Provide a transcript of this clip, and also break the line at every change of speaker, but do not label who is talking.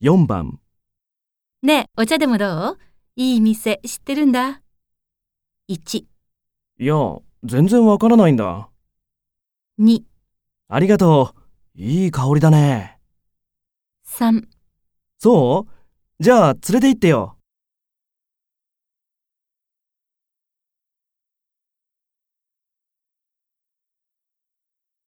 4番、
ねえ、お茶でもどういい店知ってるんだ。1、
いや、全然わからないんだ。
2、
ありがとう。いい香りだね。
3。
そうじゃあ連れて行ってよ。